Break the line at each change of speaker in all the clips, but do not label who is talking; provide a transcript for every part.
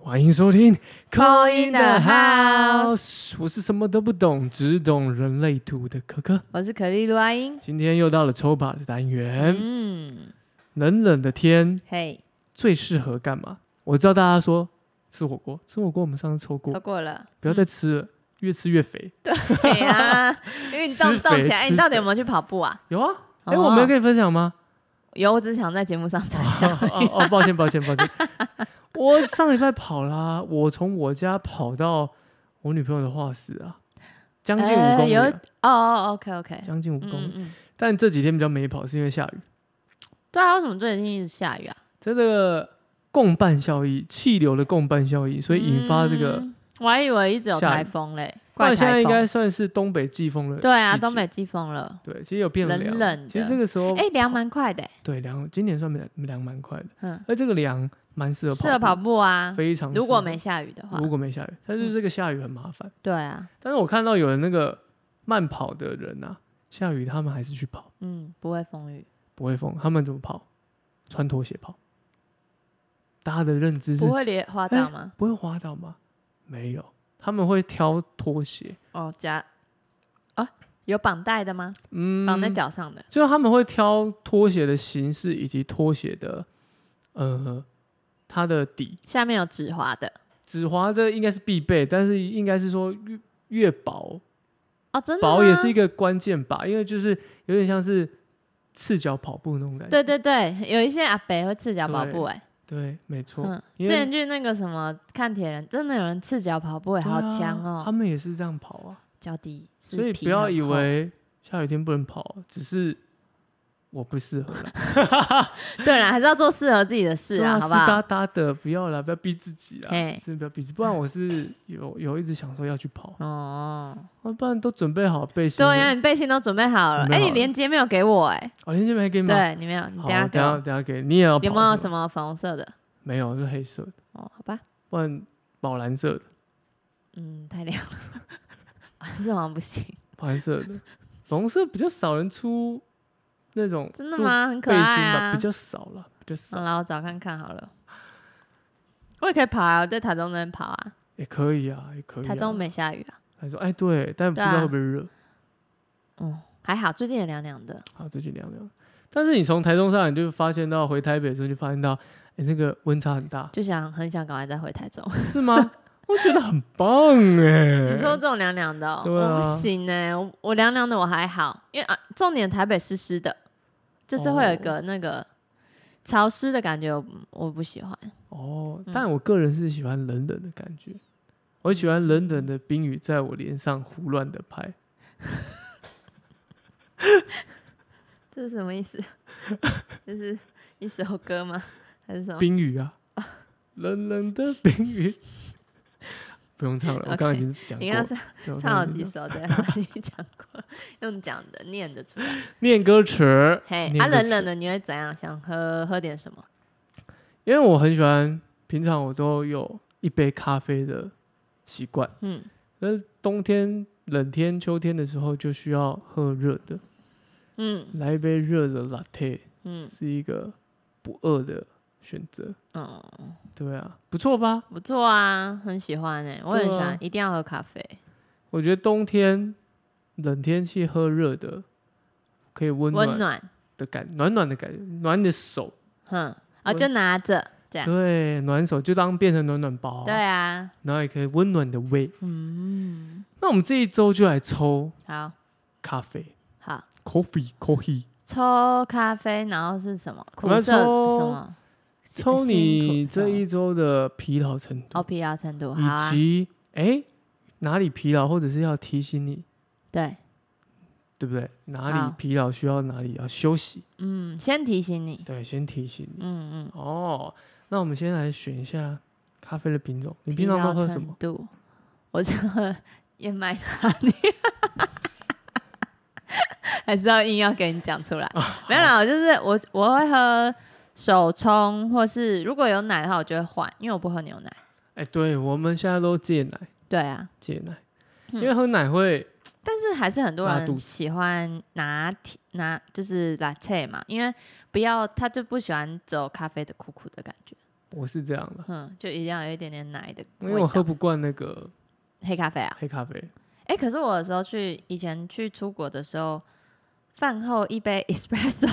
欢迎收听《
Call in the House》，
我是什么都不懂，只懂人类图的可可。
我是可丽露阿英。
今天又到了抽把的单元，
嗯，
冷冷的天
嘿，
最适合干嘛？我知道大家说吃火锅，吃火锅我们上次抽过
超，过了，
不要再吃了，越吃越肥。
对 啊，因为你动
吃肥
动起来，哎你
吃
到底
肥
有没有去跑步啊？
有啊，哎、
哦
我没有跟你分享 吗？
有，我只是想在节 目上分享。
哦哦哦，抱歉抱歉抱歉，我上礼拜跑啦，我从我家跑到我女朋友的画室啊，将近五
哎
公里
有
啊，
哦哦，OK OK，
将近五
嗯
公里。
嗯嗯，
但这几天比较没跑，是因为下雨。
对啊，为什么最近一直下雨啊？
这个共伴效应，气流的共伴效应，所以引发这个。
嗯，我还以为一直有
下雨
台风嘞，
不然
怪
现在
台
应该
风。
算是东北季哦风了。
对啊，东北。季风了，
对，其实有变凉。
冷冷的
其实这个时候，
哎，凉蛮快的，
对凉，今年算凉凉蛮快的。
嗯，
而这个凉蛮适合跑，
适合跑，步啊。
非常适合。
如果没下雨的话，嗯
如果没下雨，但是这个下雨很麻烦。
对啊，
但是我看到有人那个慢跑的人啊，下雨他们还是去跑，
嗯，不会风雨，
不会疯。他们怎么跑？穿拖鞋跑。大家的认知是
不会连滑倒吗？
不会滑倒吗？没有，他们会挑拖鞋，
哦，夹啊，有绑带的吗？
嗯，
绑在，脚上的。
就是他们会挑拖鞋的形式以及拖鞋的呃它的底，
下面有止滑的
止滑这应该是必备，但是应该是说越越薄
哦，真的
薄也是一
个
个关键吧，因为就是有点像是赤脚跑步那种感觉。
对对对，有一些阿伯会赤脚跑步哎、
对，没错，
嗯，之
因为
前去那个什么看铁人，真的有人赤脚跑步哎、
对
好
啊
强
他
哦，
们也是这样跑啊，
脚底是
所以
皮
不要
很
以
厚
为下雨天不能跑，啊只是我不适合啦。
对啦，还是要做适合自己的事
对
啊，
啊，
好
湿
不好？
哒哒的，不要啦，不要逼自己啦，
嘿
真的不要逼自己，不然我是有有一直想说要去跑，
哦，
啊、不然都准备好背心
对啊
了。
呀、你背心都准备好了，
准备
哎、
好
你
了
链接没有给我哎、
哦，天气没给你吗？
对你没有，你
好，
等一下给
等下
我。
等下给你也要跑
有没有
是
什
吗？
么粉红色的？
没有，是黑色的，
哦，好吧，
不然宝蓝色的，
嗯，太亮了， 还是好像不行，
宝蓝色的，粉红色比较少人出那种
真的吗？很可
背心
爱
吧，
啊嗯
比。较少了，比较
好
少，
啦，我找看看好了。我也可以跑啊，我在台中那边跑啊，
也可以啊，也可以、啊。
台中没下雨啊，
他说，哎，对，但不知
对
道
啊
会不会热。哦
嗯，还好，最近也凉凉的，
好，最近凉凉。但是你从台中上来，你就发现到回台北的时候，就发现到，哎，那个温差很大，
就想很想赶快再回 台中。
是吗？我觉得很棒哎、
你说这种凉凉的、哦，
对啊
我不行哎、我我凉凉的我还好，因为啊，重点台北湿湿的，就是会有一
哦
个那个潮湿的感觉，我我不喜欢。
哦，
嗯
但我个人是喜欢冷冷的感觉，我喜欢冷冷的冰雨在我脸上胡乱的拍，
这是什么 意思？这是一首歌吗？还是什么？
冰雨 啊，冷冷的冰雨。不用 唱了，我
OK，
刚刚已经讲
你
过
看
了
这。
对我刚
唱好
刚已经
几
讲
首，哦对，好 你讲过，用讲的念的出来。
念歌词，
嘿，
念
啊，
歌
冷冷
词，
的你会怎样？想喝喝点什么？
因为我很喜欢，平常我都有一杯咖啡的习惯。
嗯，
那冬天、冷天、秋天的时候就需要喝热的，
嗯
来一杯热的 latte，
嗯
是一个不二的选择。
嗯，
对啊，不错吧？
不错啊，很喜欢哎、我很喜欢，
对啊
一定要喝咖啡。
我觉得冬天冷天气喝热的，可以温
温
暖
暖，
的感，暖暖的感觉，暖你的手，
哼，啊，
温
就拿着这样，
对，暖手就当变成暖暖包，
对，啊，
然后也可以温暖你的胃。
嗯，
那我们这一周就来抽
好
咖啡
好，
，coffee coffee，
抽咖啡，然后是什么？苦
我要
涩什
抽
么？
抽你
辛苦什
这
么
一周的疲劳程度，
哦疲劳程度，好
以
啊，
及哎、诶哪里疲劳，或者是要提醒你，
对，
对不对？哪里
好
疲劳需要哪里要休息，
嗯，先提醒你，
对，先提醒你。
嗯嗯，
哦，那我们先来选一下咖啡的品种。你
疲
平常
劳
都喝
程
什么？
度，我就 喝燕麦拿铁，还是要硬要给你讲出来？
啊
没有啦，我就是我我会喝手冲，或是如果有奶的话，我就会换，因为我不喝牛奶。
哎、对我们现在都戒奶，
对啊，
戒奶，
嗯
因为喝奶会
但是还是很多
拉肚
人
子
喜欢拿铁拿就是 latte 嘛，因为不要他就不喜欢走咖啡的苦苦的感觉。
我是这样的，
嗯，就一定要有一点点奶的
因
味道。
为我喝不惯那个
黑咖啡啊，
黑咖啡。
哎、可是我有时候去以前去出国的时候，饭后一杯 espresso，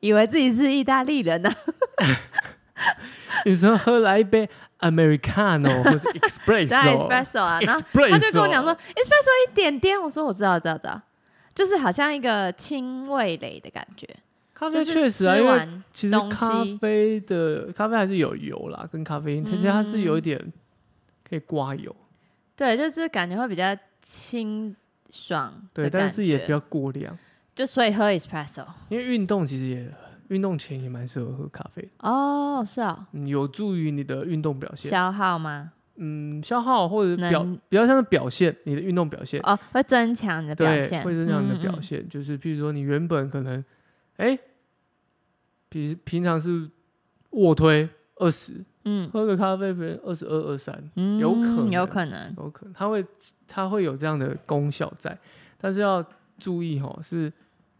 以为自己是意大利人呢、啊
你说喝来一杯 Americano 或者
对啊 espresso 啊，然后
espresso，
他就跟我讲说 espresso 一点点，我说我知道知道知道，就是好像一个轻味蕾的感觉，
咖
就
啡
是
确实啊，
吃
因为
完
其实
东
咖
西
啡的咖啡还是有油啦，跟咖啡因，其实它是
嗯
有一点可以刮油，
对，就是感觉会比较清爽的
对，
感觉，
但是也不要过量，
就所以喝 espresso
因为运动其实也运动前也蛮适合喝咖啡的，
哦，是哦，
嗯有助于你的运动表现，
消耗吗？
嗯，消耗或者表
能
比较像是表现，你的运动表现，
哦，会增强你的表
对，
现，
会增强你的
嗯
表。现。就是譬如说，你原本可能，哎、平平常是卧推二十，
嗯
喝个咖啡别人二十二二三，
嗯，
有可能
有可能，
有可能它会它会有这样的功效在，但是要注意哦，是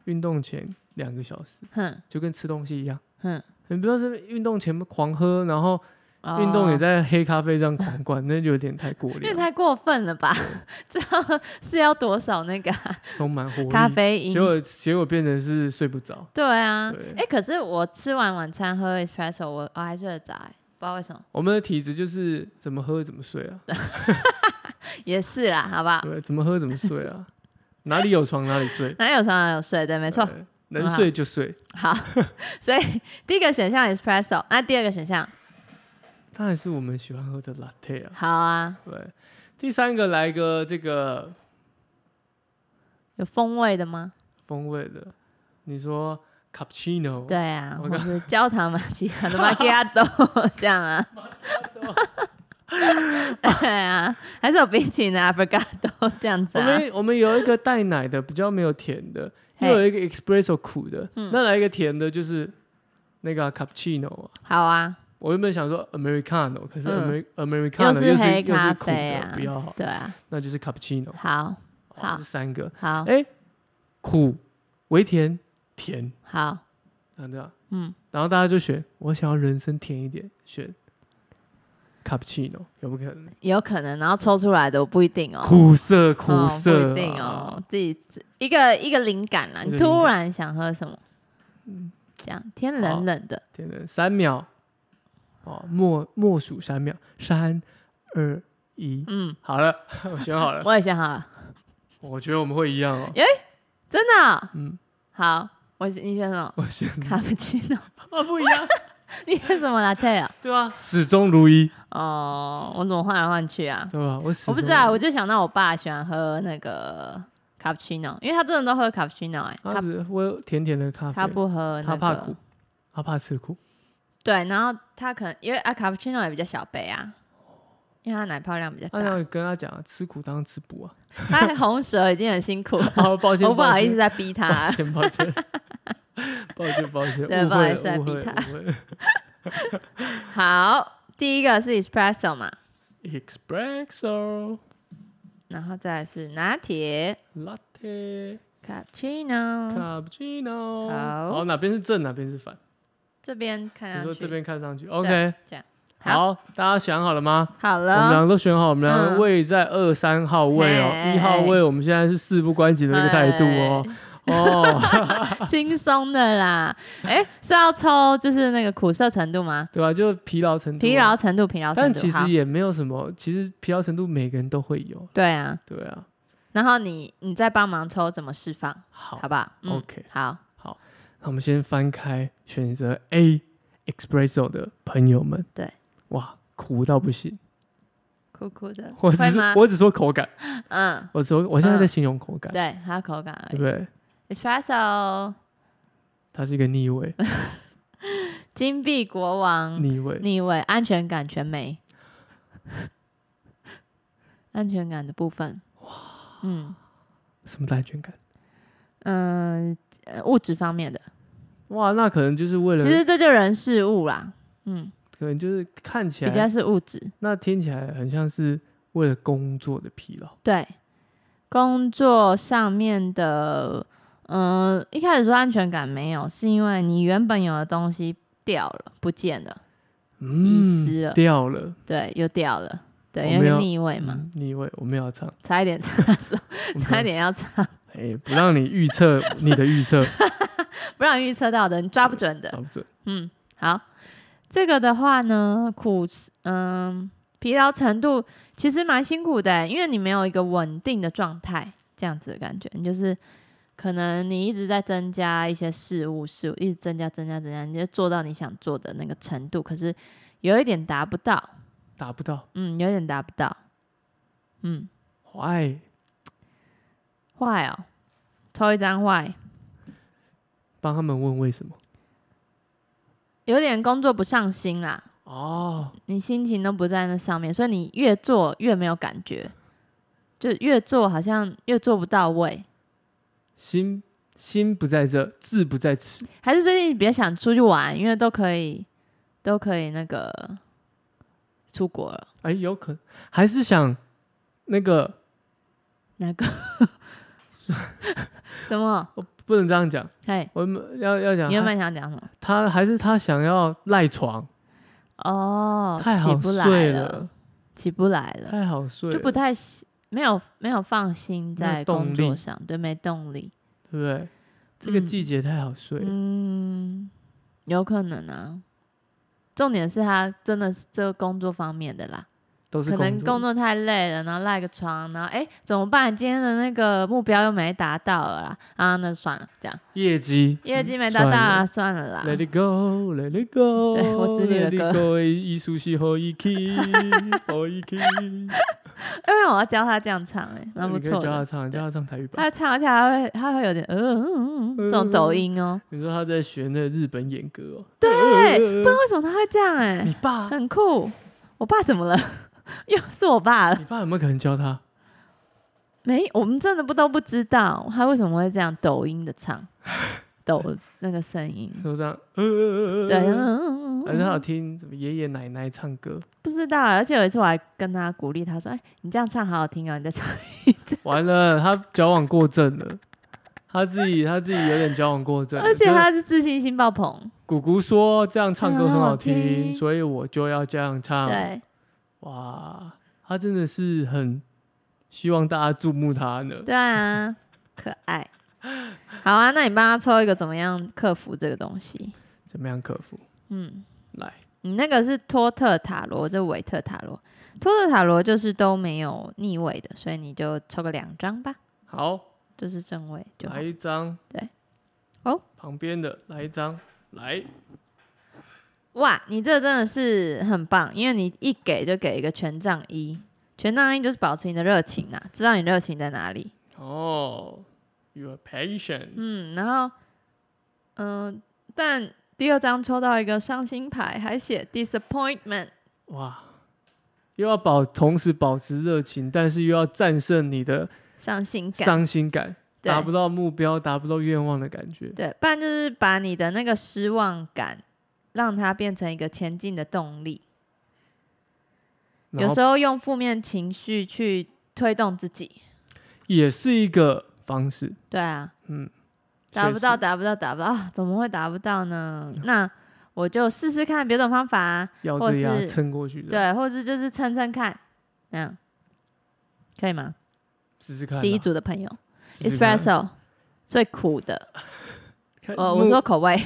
运动前两个小时，
哼
就跟吃东西一样。
哼，
你不要是运动前狂喝，然后
嗯哦
运动也在啊黑咖啡这样狂灌，那就有点太过
有
量，
点太过分了吧？ 这样是要多少那个啊
充满活力。
咖啡因
结？果结果变成是睡不着。
对啊，
对
哎、可是我吃完晚餐喝 espresso，我我还睡得着、欸，不知道为什么。
我们的体质就是怎么喝怎么睡啊，
也是啦，好不好？
对，怎么喝怎么睡 啊，哪里有床哪里睡，
哪有床哪有睡，对，没错。嗯
对，能睡就睡。
好，所以第一个选项 espresso，那第二个选项
当然是我们喜欢喝的 latte 啊，
好啊，
对。第三个来一个这个
有风味的吗？
风味的，你说 cappuccino，
对啊，
哦我
或是焦糖玛奇卡的 macchiato 这样啊。 对啊，还是有冰淇淋的 avocado 这样子
我
啊。
们我们有一个带奶的，比较没有甜的，
嘿嗯
又有一个 espresso 苦的，那来一个甜的，就是那个啊 cappuccino 啊。
好啊，
我原本想说 americano，可是
嗯
Amer- americano
是
又是
黑
又
咖
是苦
啡啊
的，比较好，
对啊，
那就是 cappuccino。
好，好
这三个，
好，
哎，苦微甜甜，
好，
这样这样，
嗯，
然后大家就选我想要人生甜一点，选 cappuccino，有不可能？
有可能，然后抽出来的我不一定哦。
苦涩苦
哦
涩、啊
不一定哦，，自己自一个一个灵感啦，
一个
你
灵
突
感
然想喝什么，嗯，这样天冷冷的，
天哪，三秒，哦，默默数三秒，三二一，
嗯，
好了， 我选好了，
我也想好了，
我觉得我们会一样 哦，
真的哦、
嗯，
好，我你选什么？
我选
卡布奇诺，
啊不一样，
你选什么 latte 啊？
对啊， 始终如一，
哦，我怎么换来换去啊？
对吧？我始终
我不知道，我就想到我爸喜欢喝那个卡布奇诺，因为他真的都喝卡布奇诺，哎，
他
他
只喝甜甜的咖啡，
他不喝、那
他
个，
怕苦，他怕吃苦，
对，然后他可能因为啊卡布奇诺也比较小杯啊，因为他奶泡量比较
那
大，
要跟他讲啊，吃苦当然吃 补啊。
他红舌已经很辛 苦了。
好，抱歉，
我不
抱
好
歉
意思，在逼他、
抱歉，抱歉，抱歉，抱歉，
对
误
不好
会
意思在啊
了，误
逼
会了，
他
误会了。
好，第一个是 espresso 嘛，
Espresso
然后再来是拿铁
latte
cappuccino，
cappuccino，
嗯
哦
好
好，哪边是正，哪边是反？
这边看
你
上
说
去
这边看上去，OK，
这样
好，大家想好了吗？
好
我们两
了，
个都选好，我们两
嗯
个位在二三号位哦，
嘿
一号位我们现在是事不关己的那个态度哦， 哦，
轻松的啦。哎，是要抽就是那个苦涩程度吗？
对吧？啊就疲劳程度，
疲劳，程度，疲劳程度。
但其
好
实也没有什么，其实疲劳程度每个人都会有，
对啊，
对啊，
然后你你再帮忙抽怎么释放，
好哦
好不好？嗯，
，OK。
好，
那我们先翻开选择 A espresso 的朋友们，
对，
哇，苦到不行。
酷酷的，
我只
会
是
吗？
我只说口感，
嗯，
我说我现在在
嗯
形容口感，
对，还有口感而
对
已
不对？
espresso，
它是一个逆位，
金币国王，
逆位，
嗯逆位安全感全没， 安全感的部分，嗯
什么安全感？
嗯、呃物质方面的，
哇，那可能就是为
其
了，
实这就人事物啦，嗯，
可能就是看起
比较
来，
是物质，
那听起来很像是为了工作的疲劳，
对，工作上面的，嗯、一开始说安全感没有，是因为你原本有的东西掉了，不见了，
嗯，
失了
掉了，
对，又掉了，对，
我
因为
没
是
有
逆位嘛，
嗯逆位，我没有要唱，
差一点 插手，
我
差
没有，
一点要插，
哎、不让你预 测你的预测，
不然预测到的，你抓不准的
找。不准。
嗯，好，这个的话呢，苦，嗯，疲劳程度其实蛮辛苦的欸，因为你没有一个稳定的状态，这样子的感觉，你就是可能你一直在增加一些事物，事物一直增加，增加，增加，你就做到你想做的那个程度，可是有一点达不到，
达不到
嗯，有一点达不到，嗯，
，why？
坏哦，抽一张坏，
帮他们问为什么？
有点工作不上心啦，
哦，
你心情都不在那上面，所以你越做越没有感觉，就越做好像越做不到位。
心心不在这，志不在此，
还是最近比较想出去玩，因为都可以，都可以那个出国了。
哎、有可能还是想那个，
那个什么？
不能这样讲，
嘿，
我们要要讲
你原
他
本想讲什么？
他还是他想要赖床，
哦，
太
起
好
不来
睡
了，起不来了，
太好睡了，
就不太喜没有没有放心
没有
在
动
工作
力
上，对，没动力。
对不对？这个
嗯
季节太好睡了，
嗯，有可能啊。重点是他真的是这个工作方面的啦，
都是
可能工作太累了，然后赖个床，然后哎怎么办？今天的那个目标又没达到了啦，啊那算了，这样
业绩嗯
业绩没达到啊，算了啦。
Let it go, let it go。
对我侄女的
Let
歌
it go，艺术系后一 key，后一 key。
因为我要教他这样唱、哎，蛮不
你可以
错
教他
的。
唱，教他唱台语吧。
他唱，而且他会，他会有点呃嗯嗯嗯这种抖音哦。
你说他在学那日本演歌哦？
对，不知道为什么他会这样、
你爸
哎，，很酷。我爸怎么了？ 又是我爸了。
你爸有没有可能教他？
没，我们真的不都不知道他为什么会这样抖音的唱，抖那个声音，
说这样，呃，
对，嗯嗯嗯
还是
嗯
他有
嗯
听什么爷爷奶奶唱歌？
不知道。而且有一次我还跟他鼓励他说：“哎，你这样唱好好听哦，你再唱。
完了，他矫枉过正了，他自己他自己有点矫枉过”正了。
而且
就是
他是自信心爆棚，
姑姑说这样唱歌很好
很好听
听，所以我就要这样唱。
对
哇，他真的是很希望大家注目他呢。
对啊，可爱。好啊，那你帮他抽一个怎么样克服这个东西？
怎么样克服？
嗯，
来，
你那个是托特塔罗，这维特塔罗，托特塔罗就是都没有逆位的，所以你就抽个两张吧，
好，
就是正位就好
来。一张，
对，好，
旁边的来一张，来，
哇，你这真的是很棒，因为你一给就给一个权杖一，权杖一就是保持你的热情啊，知道你热情在哪里。
哦，You are patient，
嗯，然后，嗯、但第二张抽到一个伤心牌，还写 disappointment，
哇，又要保同时保持热情，但是又要战胜你的
伤心感。
伤心感，
对
达不到目标、达不到愿望的感觉。
对，不然就是把你的那个失望感，让它变成一个前进的动力。
然
有
后
时候用负面情绪去推动自己。
也是一个方式，
对啊，
嗯，
达不
确
到，
实嗯
达不到，达不到， 啊怎么会达不到呢？那我就试试看别种方法，
咬
或
着牙
是
啊撑过去的，
对，或者就是撑撑看，这样可以吗？
试试看啊。
第一组的朋友
试试看啊
，espresso 最苦的，呃
看
我
呃目
我说口 味，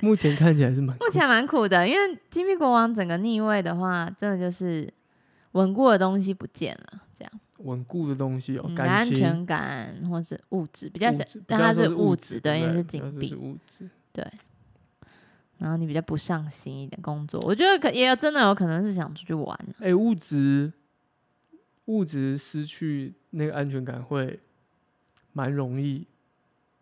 目前看起来是蛮
目前蛮苦的，因为金币国王整个逆位的话，真的就是稳固的东西不见了，这样
稳固的东西哦，
嗯
感
安
情、
全感或是物质比较
物
是
质，
但
比较
它
说
是
是
物质
质，
的，
对
也
不对
是
比较
金
说
币
是，物质。
然后
嗯
你比较不上心一点工作，我觉得可也有真的有可能是想出去玩啊
哎、物质物质失去那个安全感会蛮容易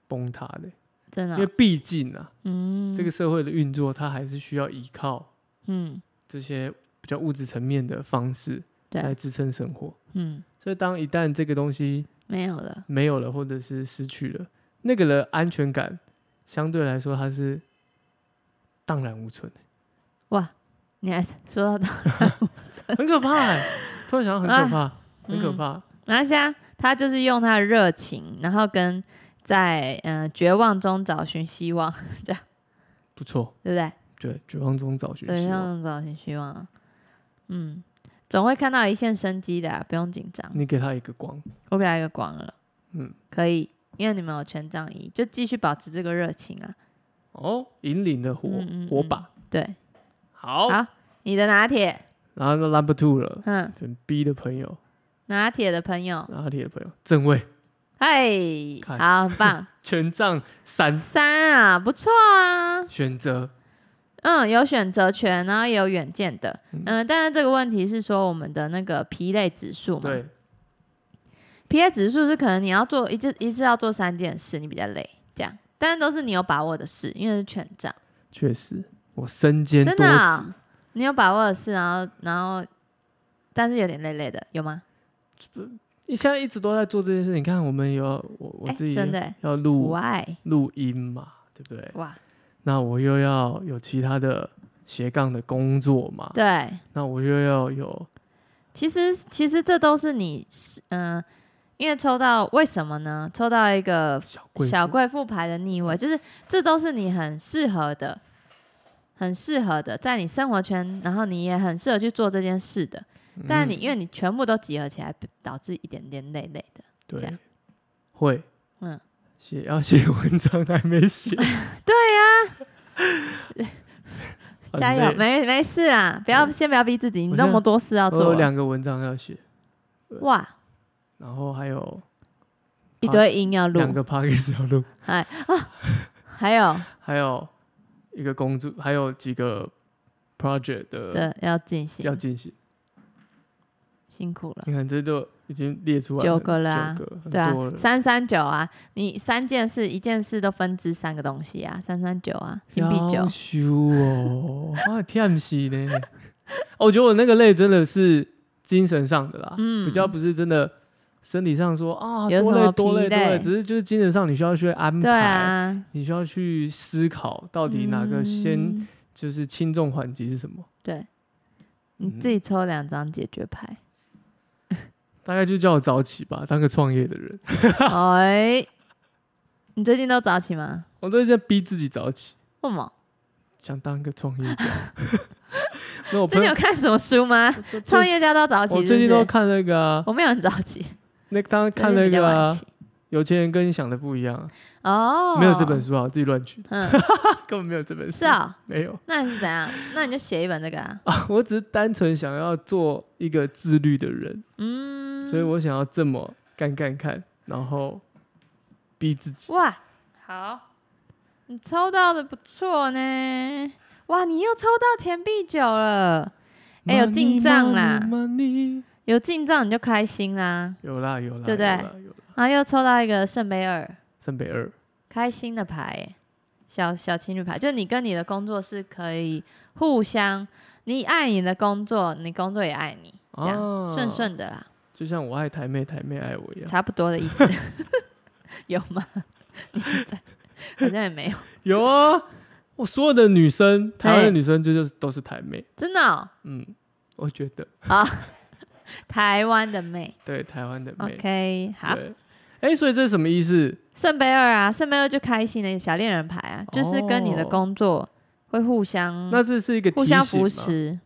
崩塌的，
真的
因
哦、
为毕竟啊，
嗯，
这个社会的运作它还是需要依靠
嗯，
这些比较物质层面的方式来
对，
支撑生活。
嗯，
所以，当一旦这个东西
没有了，
没有了，或者是失去了，那个的安全感相对来说它是荡然无 存的，
哇，你还说到他，
很可怕、欸。突然想到很可 怕，很可
嗯
怕。
然后现在他就是用他的热情，然后跟在嗯、呃绝望中找寻希望，
不错，
对不对？
对，绝望中找寻
对，啊
希望。
像找寻希望，嗯，总会看到一线生机的啊、不用紧张。
你给他一个光，
我给他一个光了，
嗯，
可以，因为你们有权杖一，就继续保持这个热情啊。
哦，引领的火、
嗯嗯
火
嗯
把。
对，
好，
好你的拿铁，
然后那 number two 了，
嗯，
选 B 的朋友，
拿铁的朋友，
拿铁的朋友，正位
嗨，
看
好，很棒，
权杖三，
三啊，不错啊，
选择
嗯，有选择权，然后也有远见的，
嗯
嗯、但是这个问题是说我们的那个疲累指数嘛，
对，
疲累指数是可能你要做一次一次要做三件事，你比较累，这样，但是都是你有把握的事，因为是权杖，
确实我身兼多
真的啊
职，
你有把握的事，然后然后，但是有点累累的，有吗？
你现在一直都在做这件事。你看，我们有我我
哎，
自己
真的
要录
，why？
录音嘛，对不对？
哇，
那我又要有其他的斜杠的工作嘛，
对，
那我又要有
其实其实这都是你，嗯、因为抽到为什么呢？抽到一个
小贵
小
妇
贵妇牌的逆位，就是这都是你很适合的，很适合的，在你生活圈，然后你也很适合去做这件事的。
嗯
但你、因为你全部都集合起来，导致一点点累累的。这
对
样
会
嗯
写要写文章还没 写， 对呀、
加油，没没事啦，不要先不要逼自己，你
我
那
现在
么多事要
我有
做，
两个文章要写，
哇，
然后还有
一堆音要
两
录，
个 呃 p o d c a s 要录，
哎啊，还有
还有一个工作，还有几个 project 的
对要进
要
行，
进行。
辛苦了。
你看，这就已经列出来
九
很
个了啊
九个很
对啊
多，了
三三九啊，你三件事，一件事都分支三个东西啊，三三九啊，金币九
要，修哦，啊，天死呢！ 哦我觉得我那个累真的是精神上的啦，
嗯
比较不是真的身体上说啊
有
多
什
累
么
多累
疲
多累，
累
只是就是精神上你需要去安排，
对啊，
你需要去思考到底哪个先
嗯
就是轻重缓急是什么，
对，你
嗯
自己抽两张解决牌。
大概就叫我早起吧，当个创业的人。
哎，你最近都早起吗？
我最近在逼自己早起，
为什么？
想当个创业 家。那我
最
朋
近
友
有看什么书吗？
我
创业家都早起，
我
是
最
不
近都
是
看那个啊，
我没有很早起，
那当然 看
最
那
近比较
个
晚
啊
起
有钱人跟你想的不一样啊。
哦，
没有这本，书啊，我自己乱 取的，
嗯，
根本没有这本书。
是，啊，
没有
那你是怎样？那你就写一本这个啊，
啊，我只是单纯想要做一个自律的人，
嗯，
所以我想要这么干干看，然后逼自己。
哇，好，你抽到的不错呢。哇，你又抽到钱币九了，哎有进账啦
Money, money, money
有进账你就开心啦。
有啦有啦，
对不对
有啦有啦，
然后又抽到一个圣杯二，
圣北二，
开心的牌耶，小小情侣牌，就你跟你的工作是可以互相，你爱你的工作，你工作也爱你，这样、
哦啊
顺顺的啦，
就像我爱台妹，台妹爱我一样。
差不多的意思， 有吗？ 你在好像也没有，
有啊，我所有的女生，台湾的
哎
女生就就是都是台妹。
真的哦、
嗯，我觉得
台湾的妹
对台湾的妹。
，OK，好，
对，哎、所以这是什么意思？
圣杯二啊，圣杯二就开心的小恋人牌啊，就是跟你的
哦
工作会互相、
那这是一个
嗯互
提
相
醒
扶
嘛，
持。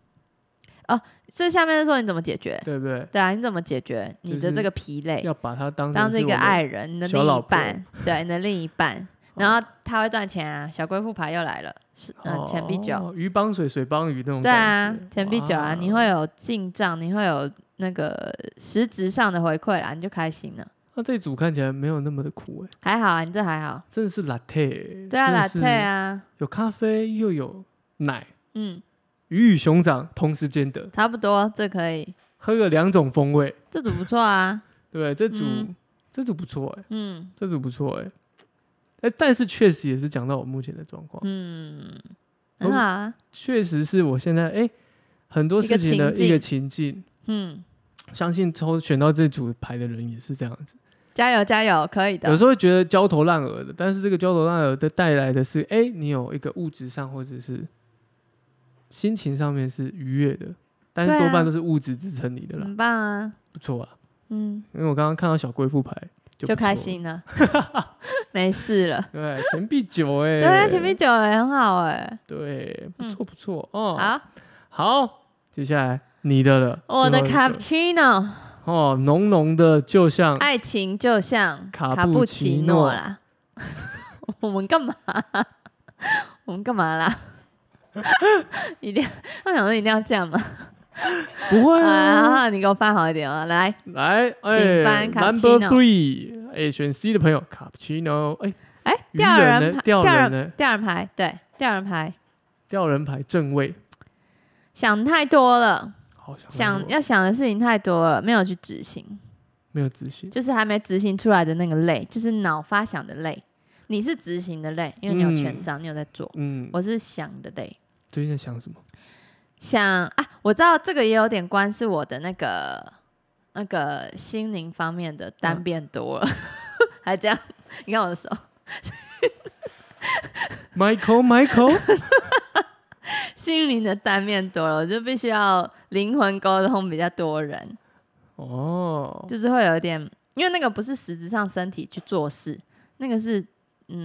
哦，这下面是说你怎么解决？
对不对？
对啊，你怎么解决你
就
的
是
这个疲累？
要把它当
当
成
这
是
个
我的
爱人，你的
小
另
老
一
婆
半，对，你的另一半，然后他会赚钱啊。小贵妇牌又来了，是嗯，钱币九，
哦，鱼帮水，水帮鱼那种
对啊
感觉。，
钱币九啊，
哇
你会有进账，你会有那个实质上的回馈啦，你就开心了。
那这一组看起来没有那么的苦哎、
还好啊，你这还好。
真的是 latte，欸
对啊，
真
拉
的是
特啊，
有咖啡又有奶，
嗯，
鱼与熊掌同时兼得，
差不多，这可以，
喝了两种风味，
这组不错啊，
对不对？这组、
嗯
这组不错哎、
嗯
这组不错哎、哎、但是确实也是讲到我目前的状况，
嗯，
哦
很好啊，
确实是我现在哎、很多
一个
事情的
情
一个情境，
嗯，
相信抽选到这组牌的人也是这样子。
加油加油，可以
有
的，
时候会觉得焦头烂额的，但是这个焦头烂额的带来的是，哎、你有一个物质上或者是心情上面是愉悦的，但是
对啊
多半都是物质支撑你的啦，
很棒啊，
不错啊。
嗯，
因为我刚刚看到小贵妇牌，就
就
不错
开。心 了，没事了。
对，钱币九哎，
对啊，前面酒也很好哎、
对，不
嗯
错不错哦。
好，
好，接下来你的了，
我的
最后一个
cappuccino，
哦，浓浓的就像
爱情就像
卡
卡
布
布
奇
奇
诺
诺啦。 我们干嘛？ 我们干嘛啦？ 一定要，我想说一定要这样吗？
不会啊。
啊，你给我翻好一点啊！来，
来，哎
请翻卡布奇
，Number
诺
Three，哎，选 C 的朋友，卡布奇诺，哎，
哎，
愚
吊
人
人
呢
牌，
吊人呢
吊人牌，对，吊人牌，
吊人牌正位，
想太多了，
好想
想
要
要想的事情太多了，没有去执行，
没有执行，
就是还没执行出来的那个累，就是脑发想的累。你是执行的累，因为你有权杖，你有在做。
嗯，
我是想的累，
最近在想什么？
想啊，我知道这个也有点关是我的那个那个心灵方面的单变多了， 还这样，你看我的手，
Michael Michael，
心灵的单面多了，我就必须要灵魂沟通比较多人，
哦，
就是会有一点，因为那个不是实质上身体去做事，那个是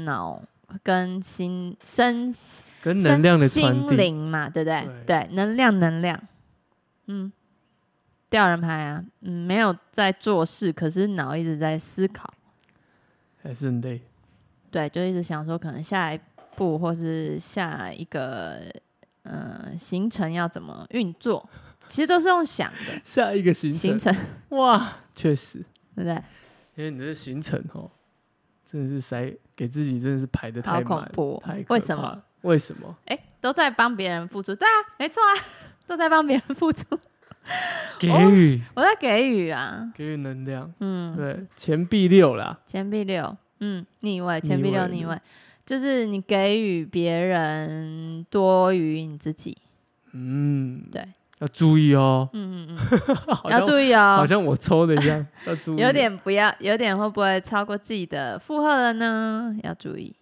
脑跟心身
跟能量的
身
传
心
递，
灵嘛，对不对？
对
对，能量能量，嗯，吊人牌啊，嗯，没有在做事，可是脑一直在思考，
还是很累，
对，就一直想说可能下一步或是下一个呃行程要怎么运作，其实都是用想的
下一个行
行
程，
程，
哇，确实，
对不对？
因为你这行程哦，真的是塞给自己真的是排的
好
太
恐
满，
怖哦
太，可
为什
怕
么？
了？为什么？
哎，都在帮别人付出，对啊，没错啊，都在帮别人付出，
给予
我在给予啊，
哦给予能量，
嗯，
对，钱币六啦，
钱币六，嗯，逆位，钱币
逆
六
位
逆位，就是你给予别人多于你自己，
嗯，
对，
要注意哦，
嗯嗯嗯，
好
要
像
注意
好
哦，
像我抽的一样，要注意，
有点不要，有点会不会超过自己的负荷了呢？要注意。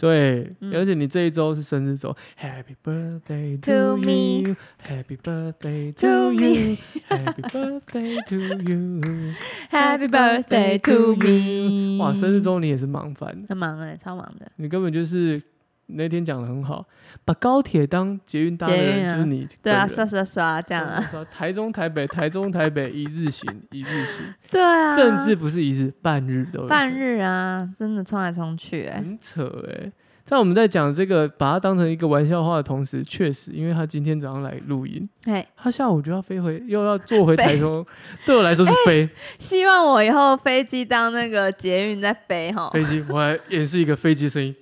对，
嗯
而且你这一周是生日周，Happy birthday to
To me
you，Happy birthday to
To me
you，Happy birthday to you。
Happy birthday to me！
哇，生日周你也是忙翻的，
很忙哎、超忙的，
你根本就是那天讲的很好，把高铁当捷运搭的
捷运
人
啊
就是你本人。
对啊，刷刷刷这样啊，
说台中台北，台中台北一日行，一日行，
对啊，
甚至不是一日，半日都有
半日啊，真的冲来冲去哎、
很扯哎、在我们在讲这个，把它当成一个玩笑话的同时，确实，因为他今天早上来录音，
嘿，
他下午就要飞回，又要坐回台中，对我来说是
哎
飞、
希望我以后飞机当那个捷运在飞哈，
飞机，我还演示一个飞机的声音，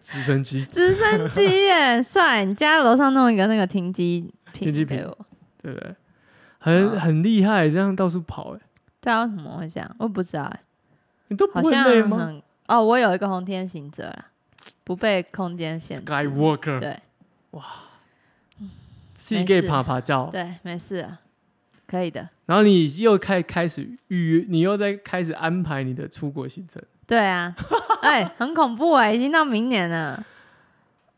直升机，
直升机耶，帅！你家楼上弄一个那个停机
停机
坪
坪
给我。
对不对？很、
啊
很厉害，这样到处跑、哎，
对啊，为什么会这样？我也不知道哎，
你都
好
不会
像
累吗
很哦，我有一个红天行者啦，不被空间限制。
？Skywalker，
对嗯
气给
没事
爬爬叫，
对，没事啊，可以的。
然后你又开开始预约，你又在开始安排你的出国行程，
对啊， 哎，很恐怖哎，已经到明年了，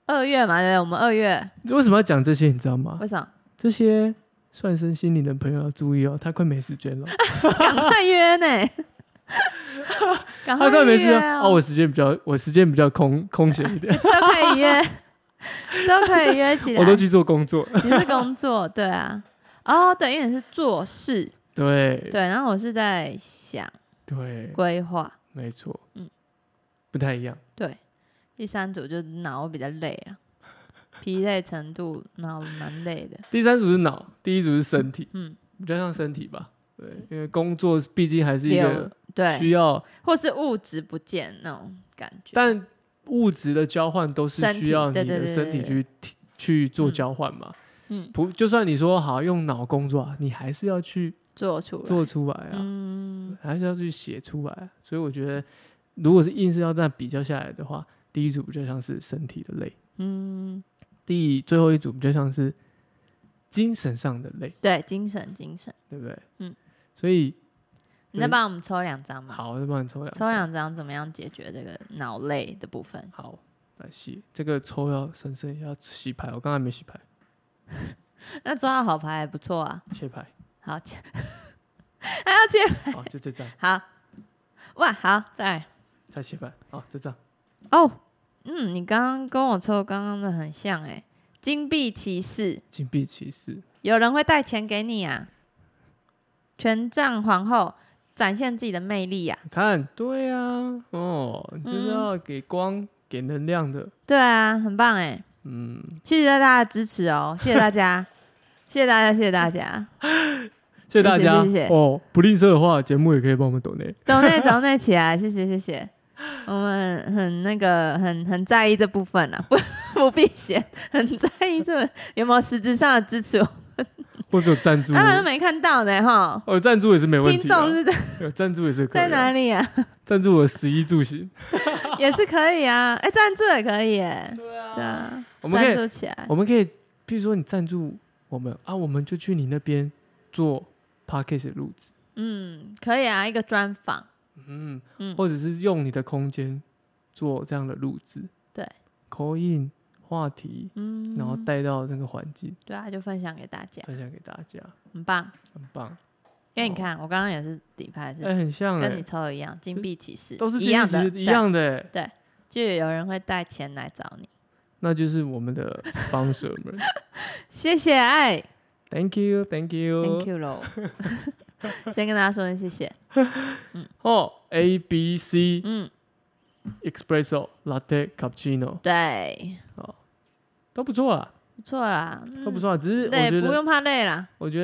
二月嘛，对不对，我们二月，
为什么要讲这些？你知道吗？
为什么？
这些算身心灵的朋友要注意哦，他快没时间了，
赶快 约呢！赶
他
快
快没时
约
间
啊
哦，我时间比较，我时间比较空空闲一点，
都可以约，都可以约起来。
我都去做工作。
你是工作，对啊，哦，对，因为你是做事，
对
对，然后我是在想
对，
规划，
没错，
嗯
不太一样。
对，第三组就是脑比较累了，疲累程度脑蛮累的，
第三组是脑，第一组是身体，
嗯，
比较像身体吧。对，因为工作毕竟还是一
六
个需
对，
要，
或是物质不见那种感觉，
但物质的交换都是
身体
需要你
对
的
对对
身体
对
去提去做
嗯
交换嘛。
嗯，
不，就算你说好用脑工作啊，你还是要去
做出来，
做出来啊。
嗯，
还是要去写出来。所以我觉得，如果是硬是要这样比较下来的话，第一组比较像是身体的累，
嗯，
第最后一组比较像是精神上的累，
对，精神精神，
对不对？
嗯。
所以
你再帮我们抽两张嘛，
好，我再帮你抽两张
抽两张怎么样解决这个脑累的部分？
好，来洗这个抽要深深要洗牌，我刚才没洗牌，
那抽到好牌还不错啊，
切牌。
好，切还要接
好，就这张，
好，哇，好，再来
再写吧。好，就这张。
哦，嗯，你刚刚跟我抽刚刚的很像哎、金币骑士，
金币骑士，
有人会带钱给你啊，权杖皇后展现自己的魅力呀、
你看，对啊，哦，你就是要
嗯
给光、给能量的。
对啊，很棒哎、
嗯，
谢谢大家的支持哦，谢谢 大家，谢谢大家，谢谢大家，
谢谢大家。
谢谢谢谢
哦，不吝啬的话，节目也可以帮我们抖内。
抖内抖内起来，谢谢谢谢，我们很很那个很很在意这部分啊，不 不避嫌，很在意这有没有实质上的支持我，
或者有赞助
他，们都啊没看到呢哈，
哦，赞助也是没问
听
题的、
众是在
有赞助也是可以、
在
啊。
哪 里啊？
赞助我十一住行。
也是可以啊，哎、赞助也可以耶，
对
对，啊，
我们可
赞
以，
助起来，
我们可以，譬如说你赞助我们啊，我们就去你那边做 podcast 的录制，
嗯，可以啊，一个专访，
嗯
嗯
或者是用你的空间做这样的录制，
对
口音话题，
嗯，
然后带到那个环境，
对啊，就分享给大家，
分享给大家，
很棒。
很棒，
因为你
哦
看，我刚刚也是底牌
哎、
是
很像哎、
跟你抽的一样，金币骑士
都是
一样的，
其实一样的、哎
对，就有人会带钱来找 你。
那就是我们的 sponsor 们
谢谢爱
，Thank you，Thank
，Thank
you，
you 喽。 先跟大家说声谢谢。
哦，A B C
嗯，
espresso latte cappuccino
对，
都不错啊，
不错啦，嗯
都不错啊，只是我
累
觉得
不用怕累啦。
我觉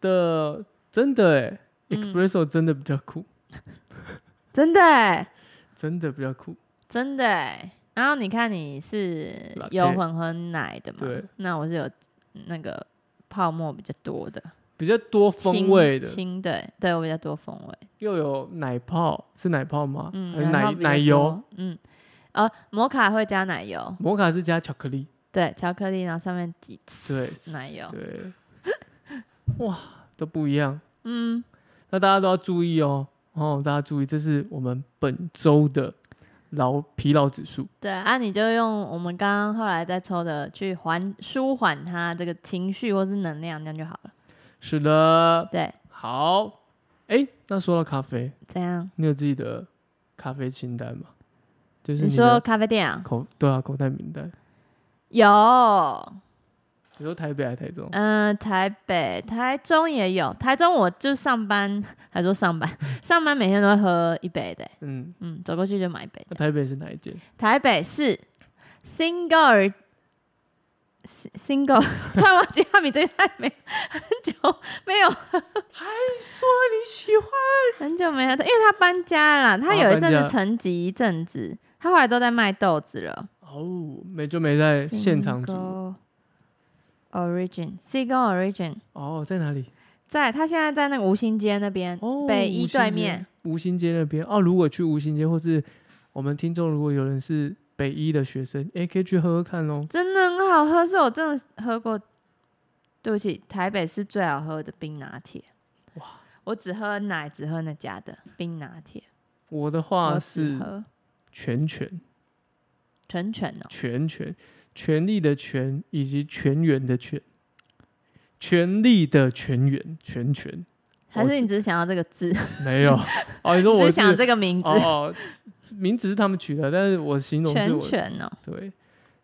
得真的哎、e
嗯
x p r e s s o 真的比较酷，
真的
哎
欸，
真的比较酷。
真的欸。然后你看你是
Latte
有混合奶的嘛？
对，
那我是有嗯那个泡沫比较多的，
比较多风
轻
味的，
轻对，对我比较多风味。
又有奶泡，是奶泡吗？
嗯，
还是
然
呃奶
后比较
奶油，
多，嗯，呃，摩卡会加奶油，
摩卡是加巧克力，
对，巧克力，然后上面挤
对，
奶油，
对，哇，都不一样。
嗯，
那大家都要注意哦，哦，大家注意，这是我们本周的劳疲劳指数。
对，啊，你就用我们刚刚后来再抽的去缓舒缓它这个情绪或是能量，这样就好了。
是的，
对，
好，哎，那说到咖啡，
怎样？
你有自己的咖啡清单吗？就是
你
的
说咖啡店啊？
口对啊，口袋名单。
有，
你说台北还是台中？
嗯、台北、台中也有，台中我就上班，还说上班，上班每天都会喝一杯的，
嗯，
嗯，走过去就买一杯。
那台北是哪一间？
台北市 single single，突然忘记他名字，太没很久没有，
还说你喜欢？
很久没有，因为他搬家了啦，他
哦
有一
搬
阵子
家
沉寂一阵子，他后来都在卖豆子了。
哦，没就没在现场煮。
Single origin single origin，
哦，在哪里？
在他现在在那个吴兴街那边，
哦，
北一对面。
吴兴街那边。哦，如果去吴兴街，或是我们听众如果有人是北一的学生，哎，可以去喝喝看哦。
真的很好喝，是我真的喝过。对不起，台北是最好喝的冰拿铁。
哇
我只喝奶，只喝那家的冰拿铁。
我的话
我只
是
喝
全权
纯纯哦，
全权权力的权以及全员的权，权力的全员全权
还是你只是想要这个字，
没 有。哦，你说我
只是
是
想这个名字？
哦，名字是他们取的，但是我形容是
全
我
全哦，
对，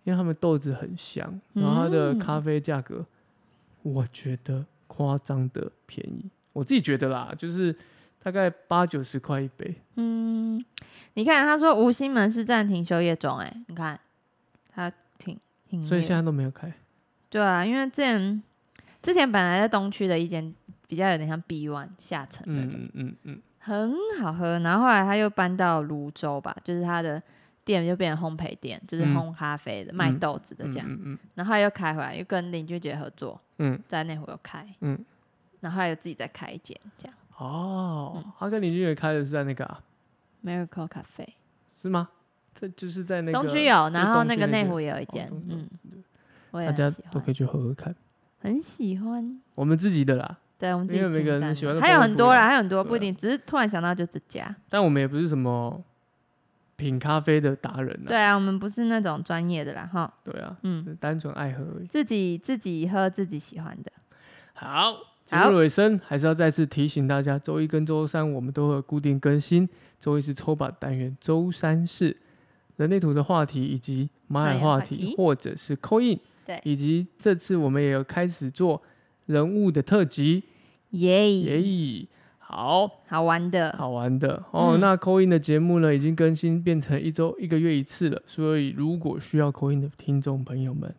因为他们豆子很香，然后它的
嗯
咖啡价格，我觉得夸张的便宜，我自己觉得啦，就是大概八九十块一杯，
嗯，你看他说吴兴门是暂停休业中，哎，你看他停停业，
所以现在都没有开。
对啊，因为之前之前本来在东区的一间比较有点像 B one 下层那
嗯
种，
嗯嗯嗯，
很好喝。然后后来他又搬到泸州吧，就是他的店就变成烘焙店，就是
嗯
烘咖啡的、卖
嗯
豆子的
嗯
这样。
嗯嗯
然后后来又开回来，又跟邻居姐合作，
嗯
在内湖又开，
嗯，
然后后来又自己再开一间这样。嗯
哦，他跟邻居也开的是在那个啊，
Miracle 咖啡，
是吗？这就是在那个
东区有，
就
然后
东
那
区
个
那
内
边哦
湖也有一间，
东区
嗯，我也
大家
很喜
都可
欢，
以去喝喝看，
很喜欢。
我们自己的啦，
对，我们自己
因为每
清
个人
单
喜欢
的
的
还
风
有
味
很
不
多
一
啦，
样
还有很多，
对
不一
啊
定，只是突然想到就这家。
但我们也不是什么品咖啡的达人啊，
对啊，我们不是那种专业的啦，哈，
对啊，
嗯，
单纯爱喝而已。
自己自己喝自己喜欢的。
好，节目的尾声还是要再次提醒大家，周一跟周三我们都会有固定更新，周一是抽把单元，周三是人类图的话题以及玛雅话
玛雅话
题
题，
或者是 coin，
对
以及这次我们也有开始做人物的特辑，
耶、
耶、好，
好玩的，
好玩的哦。
嗯
那扣印的节目呢，已经更新变成一周一个月一次了，所以如果需要扣印的听众朋友们，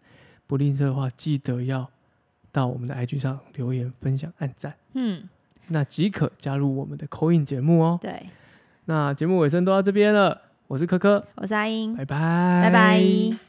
不吝啬的话，记得要到我们的 IG 上留言、分享、按赞，
嗯，
那即可加入我们的扣印节目哦。
对，
那节目尾声都到这边了，我是科科，
我是阿英，
拜拜，
拜拜